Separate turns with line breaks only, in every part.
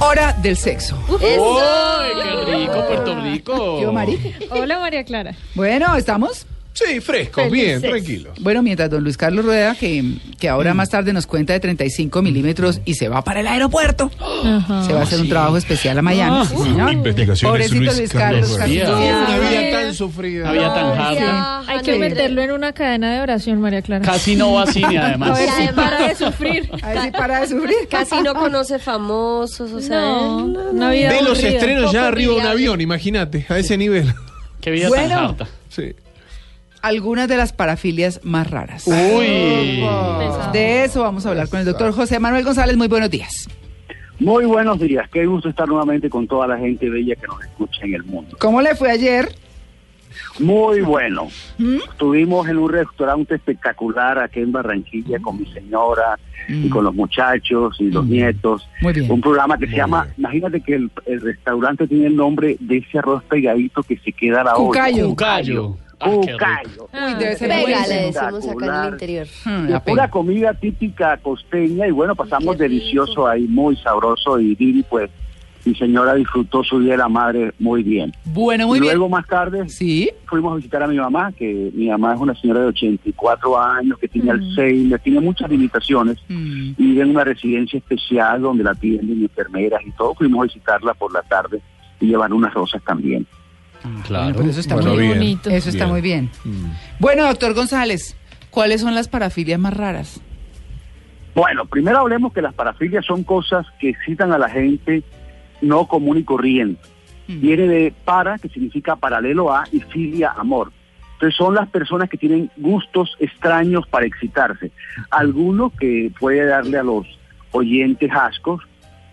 Hora del sexo.
¡Ay, qué rico, Puerto Rico!
Yo, Mari.
Hola María Clara.
Bueno, ¿estamos?
Sí, frescos, bien, tranquilos.
Bueno, mientras don Luis Carlos Rueda, que, que ahora más tarde nos cuenta de 35 milímetros y se va para el aeropuerto. Se va a hacer un trabajo especial a Miami. sí, señor.
Investigaciones
Pobrecito Luis Carlos.
Rueda.
Carlos.
Yeah.
Una vida
Sí.
tan sufrida.
Una vida tan harta.
Hay que meterlo en una cadena de oración, María Clara.
Casi no va a cine,
A
además.
ver si para de sufrir.
A ver si para de sufrir.
Casi no conoce famosos, o sea.
No, una vida
Ve los
aburrida.
estrenos ya arriba de un avión, imagínate, a ese nivel.
Qué vida
Bueno.
tan harta.
Sí.
Algunas de las parafilias más raras.
Uy.
De eso vamos a hablar con el doctor José Manuel González. Muy buenos días.
Muy buenos días, qué gusto estar nuevamente con toda la gente bella que nos escucha en el mundo.
¿Cómo le fue ayer?
Muy bueno. Estuvimos en un restaurante espectacular aquí en Barranquilla con mi señora y con los muchachos y los nietos.
Mm. Muy bien.
Un programa que se
Muy
llama,
bien.
imagínate que el, el restaurante tiene el nombre de ese arroz pegadito que se queda a la
Cucayo.
Cucayo. Ah, qué rico.
Cucayo.
Ah,
debe ser
Pega, le
buenísimo.
decimos acá en el interior.
Hmm,
La
la
pura
pena.
comida típica costeña y bueno, pasamos
Qué rico.
delicioso ahí, muy sabroso y Didi pues mi señora disfrutó su día de la madre muy bien.
Bueno, muy
Luego
bien.
más tarde
Sí.
fuimos a visitar a mi mamá, que mi mamá es una señora de 84 años que tiene Alzheimer, tiene muchas limitaciones
Mm.
y vive en una residencia especial donde la atienden enfermeras y todo. Fuimos a visitarla por la tarde y llevar unas rosas también.
Claro.
Ah, Bueno, pero eso está
Bueno,
muy bien.
bien.
bonito.
Eso está
Bien.
muy bien.
Mm.
Bueno, doctor González, ¿cuáles son las parafilias más raras?
Bueno, primero hablemos que las parafilias son cosas que excitan a la gente no común y corriente.
Hmm.
Viene de para, que significa paralelo a, y filia, amor. Entonces son las personas que tienen gustos extraños para excitarse. Algunos que puede darle a los oyentes ascos,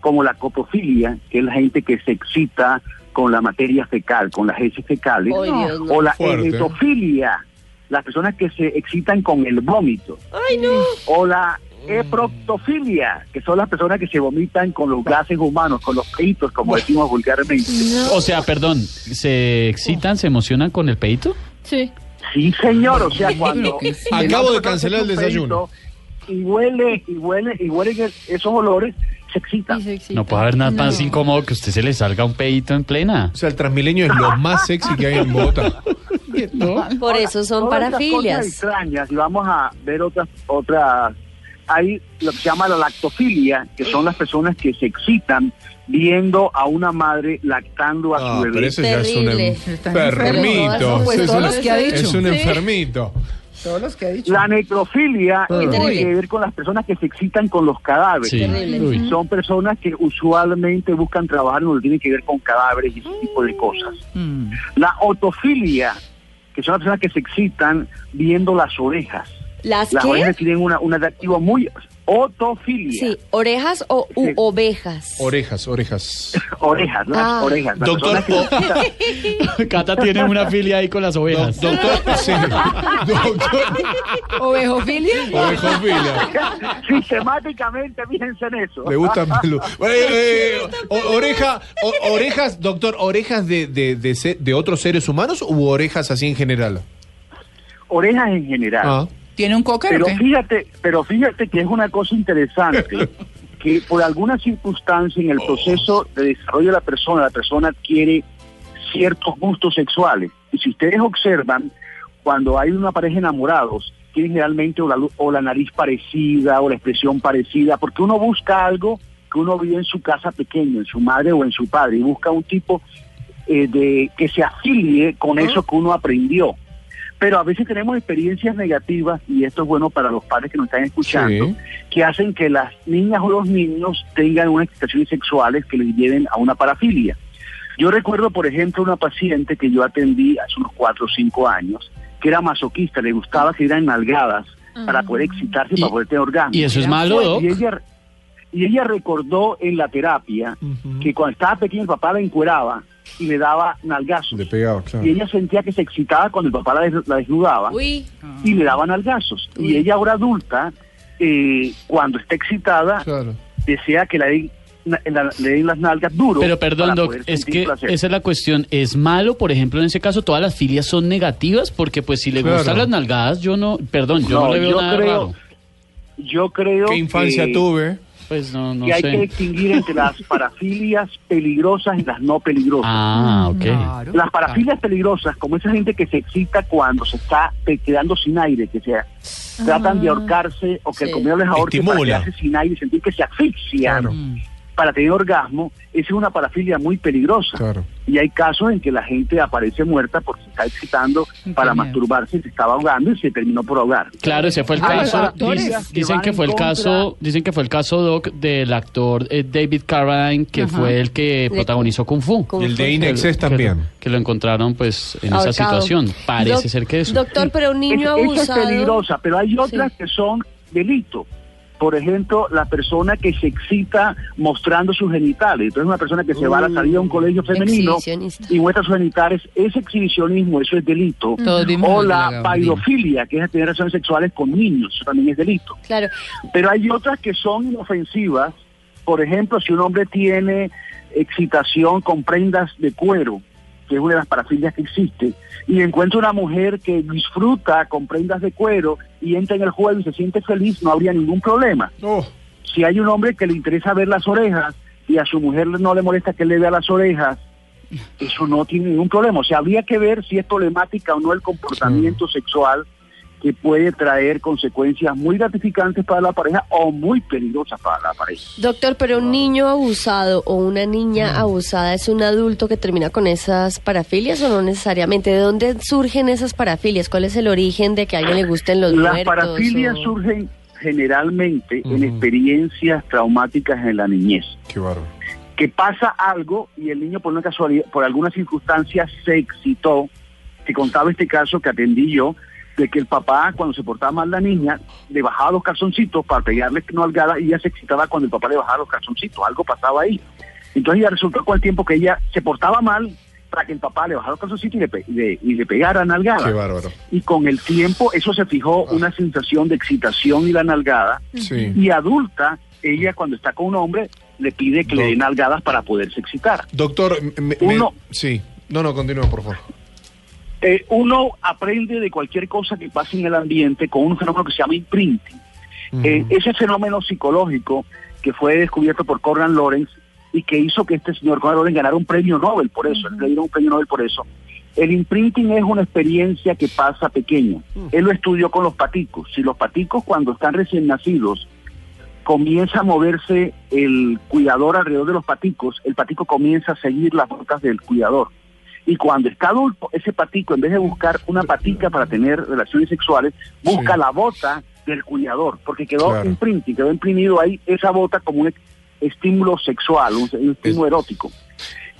como la coprofilia, que es la gente que se excita con la materia fecal, con las heces fecales,
Ay, Dios, no.
o la
Fuerte.
eretofilia, las personas que se excitan con el vómito o la
Mm.
eproctofilia, que son las personas que se vomitan con los gases humanos, con los peitos, como decimos vulgarmente.
O sea, perdón, ¿se excitan, se emocionan con el peito?
Sí.
Sí, señor, o sea, cuando...
que sí.
el
Acabo de
otro
cancelar el
hace su
desayuno.
peito Y huele, y huele, y huele esos olores, se excita.
y se excita.
No puede haber nada más
No.
incómodo que usted se le salga un peito en plena.
O sea, el Transmilenio es lo más sexy que hay en Bogotá.
Por eso son
Todas estas cosas
parafilias.
extrañas, y vamos a ver otras, otras... Hay lo que se llama la lactofilia, que son las personas que se excitan viendo a una madre lactando a
Ah,
su bebé.
pero eso ya es un
Terrible.
Están
enfermito.
enfermos. Pues
Eso es
todos
un-
los que ha dicho.
Es un
Sí.
enfermito.
Todos los que ha dicho.
La necrofilia que tiene que ver con las personas que se excitan con los cadáveres.
Sí. Uy.
Son personas que usualmente buscan trabajar en lo que tiene que ver con cadáveres y ese tipo de cosas.
Mm.
La otofilia, que son las personas que se excitan viendo las orejas.
¿Las
Las
qué?
orejas tienen una, un atractivo muy... Otofilia.
Sí, orejas o u
Sí.
ovejas.
Orejas, orejas.
Orejas, las
Ah.
orejas. Las
Doctor
personas que se excitan-
Cata tiene una filia ahí con las ovejas.
Doctor, sí. Doctor,
¿Ovejofilia?
orejofilia.
Sistemáticamente, fíjense en eso.
Le gustan pelu- Eh, eh, o- oreja, o- orejas, doctor, orejas de, de, de, se- de otros seres humanos u orejas así en general.
Orejas en general.
Ah.
¿Tiene un cocker o
pero
qué?
fíjate, pero fíjate que es una cosa interesante que por alguna circunstancia en el proceso de desarrollo de la persona, la persona adquiere ciertos gustos sexuales. Y si ustedes observan, cuando hay una pareja de enamorados, tienen generalmente o la, lu- o la nariz parecida o la expresión parecida, porque uno busca algo que uno vive en su casa pequeño, en su madre o en su padre, y busca un tipo eh, de que se afilie con eso que uno aprendió. Pero a veces tenemos experiencias negativas, y esto es bueno para los padres que nos están escuchando,
Sí.
que hacen que las niñas o los niños tengan unas excitaciones sexuales que les lleven a una parafilia. Yo recuerdo, por ejemplo, una paciente que yo atendí hace unos 4 o 5 años, que era masoquista, le gustaba que eran nalgadas para poder excitarse, para poder tener orgasmo.
y eso es malo, Doc?
Y ella, y ella recordó en la terapia que cuando estaba pequeña el papá la encueraba y le daba nalgazos.
Le pegaba, claro.
Y ella sentía que se excitaba cuando el papá la, des- la desnudaba
Uy.
y le daban algazos. Y ella ahora adulta, eh, cuando está excitada,
Claro.
desea que la den, na- la- le den las nalgas duro.
Pero perdón,
para
Doc,
poder
es
sentir
que
placer.
esa es la cuestión. ¿Es malo, por ejemplo, en ese caso, todas las filias son negativas? Porque pues si le
Claro.
gustan las nalgadas, yo no, perdón, yo no,
No,
le veo
yo
nada
creo-
raro.
Yo creo
¿Qué infancia
que,
tuve?
Pues no, no
que hay que
sé.
distinguir entre las parafilias peligrosas y las no peligrosas.
Ah, ok.
Claro.
Las parafilias peligrosas, como esa gente que se excita cuando se está eh, quedando sin aire, que se tratan de ahorcarse o que el
Sí.
comedor les ahorque para
Estimula.
quedarse sin aire y sentir que se asfixian
Claro.
para tener orgasmo, esa es una parafilia muy peligrosa.
Claro.
Y hay casos en que la gente aparece muerta porque se está excitando para
miedo.
masturbarse, se estaba ahogando y se terminó por ahogar.
Claro, ese fue el
Ah,
caso.
los actores
dic-
que
Dicen
van
que fue
en
el
contra.
caso, dicen que fue el caso Doc del actor eh, David Carradine, que
Ajá.
fue el que
Le-
protagonizó Kung Fu.
Kung
Y el
Fu.
de
Que-
Inexes
que lo-
también.
Que lo encontraron pues en
Ahorcado.
esa situación. Parece
Doc-
ser que eso.
Doctor, pero un niño
Es- esa
abusado.
es peligrosa, pero hay otras
Sí.
que son delito. Por ejemplo, la persona que se excita mostrando sus genitales. Entonces, una persona que se va a la salida de un colegio femenino
Uh, Exhibicionista.
y muestra sus genitales, es exhibicionismo, eso es delito.
Todos vimos
O
lo de la
la
Gaudí.
paidofilia, que es tener relaciones sexuales con niños, eso también es delito.
Claro.
Pero hay otras que son inofensivas. Por ejemplo, si un hombre tiene excitación con prendas de cuero, que es una de las parafilias que existe, y encuentra una mujer que disfruta con prendas de cuero y entra en el juego y se siente feliz, no habría ningún problema.
Oh,
Si hay un hombre que le interesa ver las orejas y a su mujer no le molesta que le vea las orejas, eso no tiene ningún problema. O sea, habría que ver si es problemática o no el comportamiento sexual que puede traer consecuencias muy gratificantes para la pareja o muy peligrosas para la pareja.
Doctor, pero un niño abusado o una
Mm.
niña abusada es un adulto que termina con esas parafilias o no necesariamente. ¿De dónde surgen esas parafilias? ¿Cuál es el origen de que a alguien le gusten los
Las
muertos?
parafilias
o-
surgen generalmente en experiencias traumáticas en la niñez.
qué bárbaro.
que pasa algo y el niño por una casualidad, por alguna circunstancia se excitó. Te contaba este caso que atendí yo, de que el papá cuando se portaba mal la niña, le bajaba los calzoncitos para pegarle una algada y ella se excitaba cuando el papá le bajaba los calzoncitos, algo pasaba ahí. Entonces ya resultó con el tiempo que ella se portaba mal para que el papá le bajara los calzoncitos y le, pe- y le- y le pegara nalgada.
Qué bárbaro.
Y con el tiempo eso se fijó una sensación de excitación y la nalgada
Ah. Sí.
y adulta, ella cuando está con un hombre le pide que le
No.
den algadas para poderse excitar.
Doctor, me- me-
Uno.
sí. No, no, continúa, por favor.
Eh, uno aprende de cualquier cosa que pase en el ambiente con un fenómeno que se llama imprinting. Eh, ese fenómeno psicológico que fue descubierto por Conrad Lawrence y que hizo que este señor Conrad Lawrence ganara un premio Nobel por eso, le dieron un premio Nobel por eso. El imprinting es una experiencia que pasa pequeña. Él lo estudió con los paticos. Si los paticos cuando están recién nacidos comienza a moverse el cuidador alrededor de los paticos, el patico comienza a seguir las botas del cuidador. Y cuando está adulto, ese patico, en vez de buscar una patica para tener relaciones sexuales, busca
Sí.
la bota del cuidador, porque quedó
Claro.
imprinting, quedó imprimido ahí esa bota como un estímulo sexual, un, un estímulo erótico.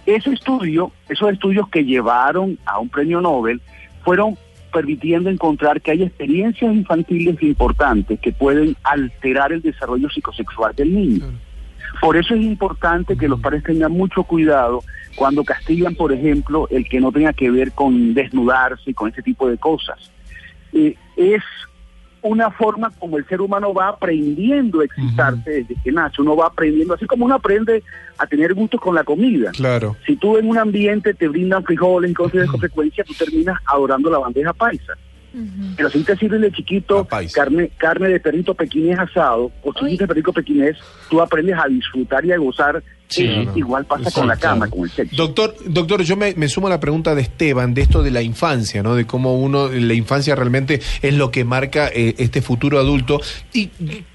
Ese estudio, esos estudios que llevaron a un premio Nobel, fueron permitiendo encontrar que hay experiencias infantiles importantes que pueden alterar el desarrollo psicosexual del niño. Por eso es importante que los padres tengan mucho cuidado cuando castigan, por ejemplo, el que no tenga que ver con desnudarse y con ese tipo de cosas. Eh, es una forma como el ser humano va aprendiendo a excitarse desde que nace, uno va aprendiendo, así como uno aprende a tener gustos con la comida.
Claro.
Si tú en un ambiente te brindan frijoles y cosas de esa frecuencia, tú terminas adorando la bandeja paisa. Pero si te sirven de
La
chiquito
paisa.
carne, carne de perrito pequinés asado, costillitas de perrito pequinés, tú aprendes a disfrutar y a gozar.
Sí.
Eh, Igual pasa con la cama, con el sexo.
Doctor, doctor, yo me, me sumo a la pregunta de Esteban, de esto de la infancia, ¿no? De cómo uno, la infancia realmente es lo que marca eh, este futuro adulto. Y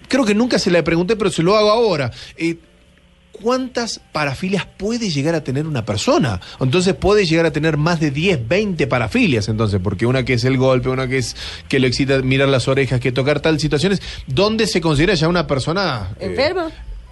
creo que nunca se la pregunté, pero se lo hago ahora. Eh, ¿Cuántas parafilias puede llegar a tener una persona? Entonces puede llegar a tener más de 10, 20 parafilias, entonces, porque una que es el golpe, una que es que lo excita mirar las orejas, que tocar tal situaciones, ¿dónde se considera ya una persona eh,
Enfermo.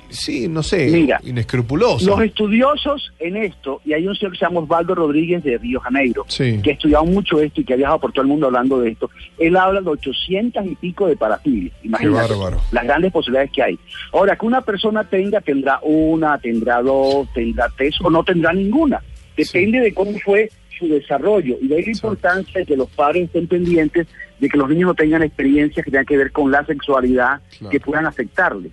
Sí, no sé,
Mira,
inescrupuloso.
Los estudiosos en esto, y hay un señor que se llama Osvaldo Rodríguez de Río Janeiro,
Sí.
que ha estudiado mucho esto y que ha viajado por todo el mundo hablando de esto, él habla de 800 y pico de parafilias. Imagínate
bárbaro.
las grandes posibilidades que hay. Ahora, que una persona tenga, tendrá una, tendrá dos, tendrá tres o no tendrá ninguna. Depende de cómo fue su desarrollo. Y de ahí la importancia de que los padres estén pendientes de que los niños no tengan experiencias que tengan que ver con la sexualidad
Claro.
que puedan afectarles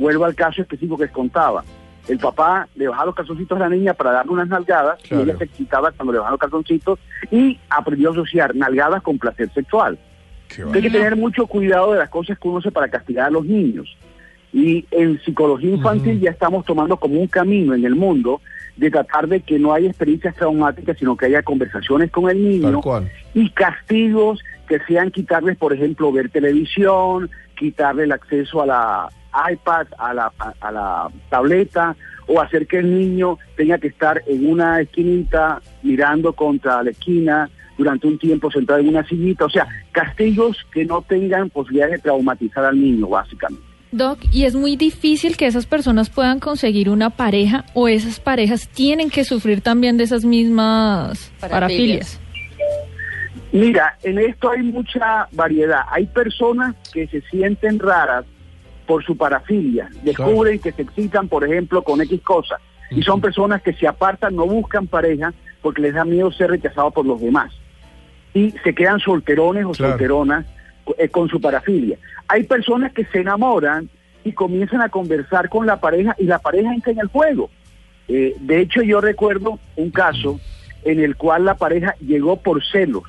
vuelvo al caso específico que les contaba. El papá le bajaba los calzoncitos a la niña para darle unas nalgadas
Claro.
y ella se excitaba cuando le bajaba los calzoncitos y aprendió a asociar nalgadas con placer sexual.
Qué
Hay que tener mucho cuidado de las cosas que uno hace para castigar a los niños. Y en psicología infantil ya estamos tomando como un camino en el mundo de tratar de que no haya experiencias traumáticas, sino que haya conversaciones con el niño
Tal cual.
y castigos que sean quitarles, por ejemplo, ver televisión, quitarle el acceso a la iPad, a la, a, a la tableta, o hacer que el niño tenga que estar en una esquinita mirando contra la esquina durante un tiempo sentado en una sillita. O sea, castigos que no tengan posibilidad de traumatizar al niño, básicamente.
Doc, y es muy difícil que esas personas puedan conseguir una pareja o esas parejas tienen que sufrir también de esas mismas
Parafilias.
parafilias.
Mira, en esto hay mucha variedad. Hay personas que se sienten raras por su parafilia, descubren que se excitan, por ejemplo, con X cosas. Y son personas que se apartan, no buscan pareja porque les da miedo ser rechazados por los demás. Y se quedan solterones o
Claro.
solteronas eh, con su parafilia. Hay personas que se enamoran y comienzan a conversar con la pareja y la pareja entra en el juego. Eh, de hecho, yo recuerdo un caso en el cual la pareja llegó por celos,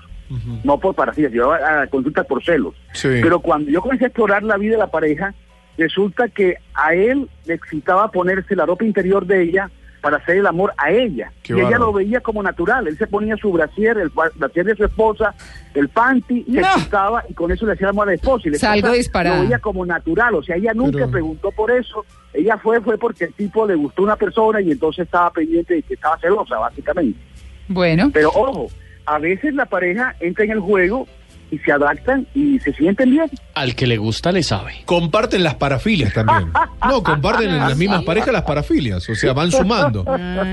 no por parafilias, llegó a la consulta por celos.
Sí.
Pero cuando yo comencé a explorar la vida de la pareja, resulta que a él le excitaba ponerse la ropa interior de ella para hacer el amor a ella.
Qué
y ella
bárbaro.
lo veía como natural. Él se ponía su brasier, el ba- brasier de su esposa, el panty, se
No.
excitaba y con eso le hacía el amor a la esposa. Y la
Salgo
esposa
disparada.
Lo veía como natural. O sea, ella nunca
Pero-
preguntó por eso. Ella fue, fue porque el tipo le gustó una persona y entonces estaba pendiente de que estaba celosa, básicamente.
Bueno,
Pero ojo, a veces la pareja entra en el juego y se adaptan y se sienten bien.
Al que le gusta le sabe.
Comparten las parafilias también. No, comparten en las mismas parejas las parafilias. O sea, van sumando.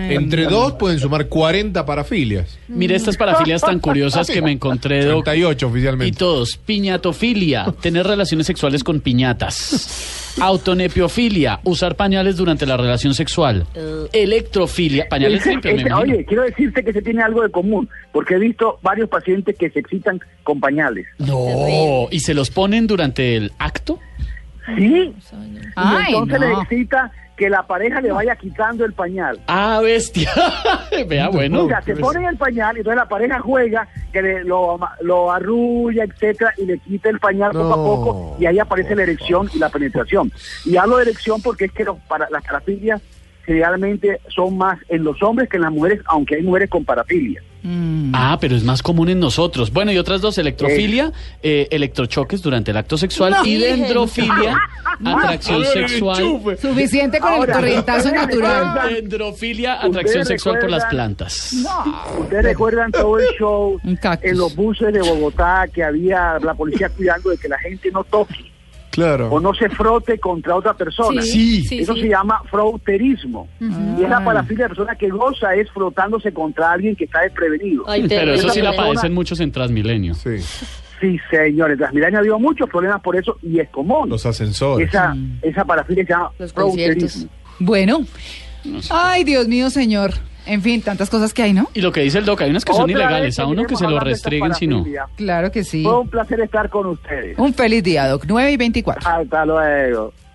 Entre dos pueden sumar 40 parafilias.
Mira estas parafilias tan curiosas que me encontré,
Mm.
Doc.
38
Y
oficialmente.
todos, piñatofilia, tener relaciones sexuales con piñatas. Autonepiofilia, usar pañales durante la relación sexual. Electrofilia, pañales
Ese-
limpios, me
ese-
imagino.
Eh. oye, quiero decirte que se tiene algo de común, porque he visto varios pacientes que se excitan con pañales.
No, y se los ponen durante el acto.
Sí,
Ay,
y entonces
no.
le excita que la pareja le vaya quitando el pañal.
Ah, bestia. Vea, bueno.
Mira, se ponen el pañal y entonces la pareja juega, que le- lo, ama- lo arrulla, etcétera, y le quita el pañal poco a
No.
poco, y ahí aparece la erección y la penetración. Y hablo de erección porque es que los para, las parafilias generalmente son más en los hombres que en las mujeres, aunque hay mujeres con parafilias.
Ah, pero es más común en nosotros. Bueno, y otras dos, electrofilia, eh, electrochoques durante el acto sexual y dendrofilia, atracción sexual. Ah,
suficiente con
Ahora,
el corrientazo
ustedes
natural.
recuerdan-
Dendrofilia, atracción
¿Ustedes
sexual por las
recuerdan?
plantas.
Ustedes recuerdan todo el show
Un cactus.
en los buses de Bogotá que había la policía cuidando de que la gente no toque o
Claro.
no se frote contra otra persona.
Sí, Oh, sí,
Eso
sí.
se llama froterismo. Y
Ah.
es la parafilia de persona que goza es frotándose contra alguien que está desprevenido.
Ay,
Pero
terrible.
eso sí la
Esa persona-
padecen muchos en Transmilenio.
Sí.
Sí, señores. Transmilenio ha habido muchos problemas por eso y es común.
Los ascensores.
esa, esa parafilia se llama
Los conciertos.
froterismo.
Bueno. Ay, Dios mío, señor. En fin, tantas cosas que hay, ¿no?
Y lo que dice el doc, hay unas que son
Otra vez
ilegales, a uno que
seguiremos
se lo
hablando de esta
restreguen si no.
parafilia.
Claro que sí.
Fue un placer estar con ustedes.
Un feliz día, Doc. 9 y 24.
Hasta luego.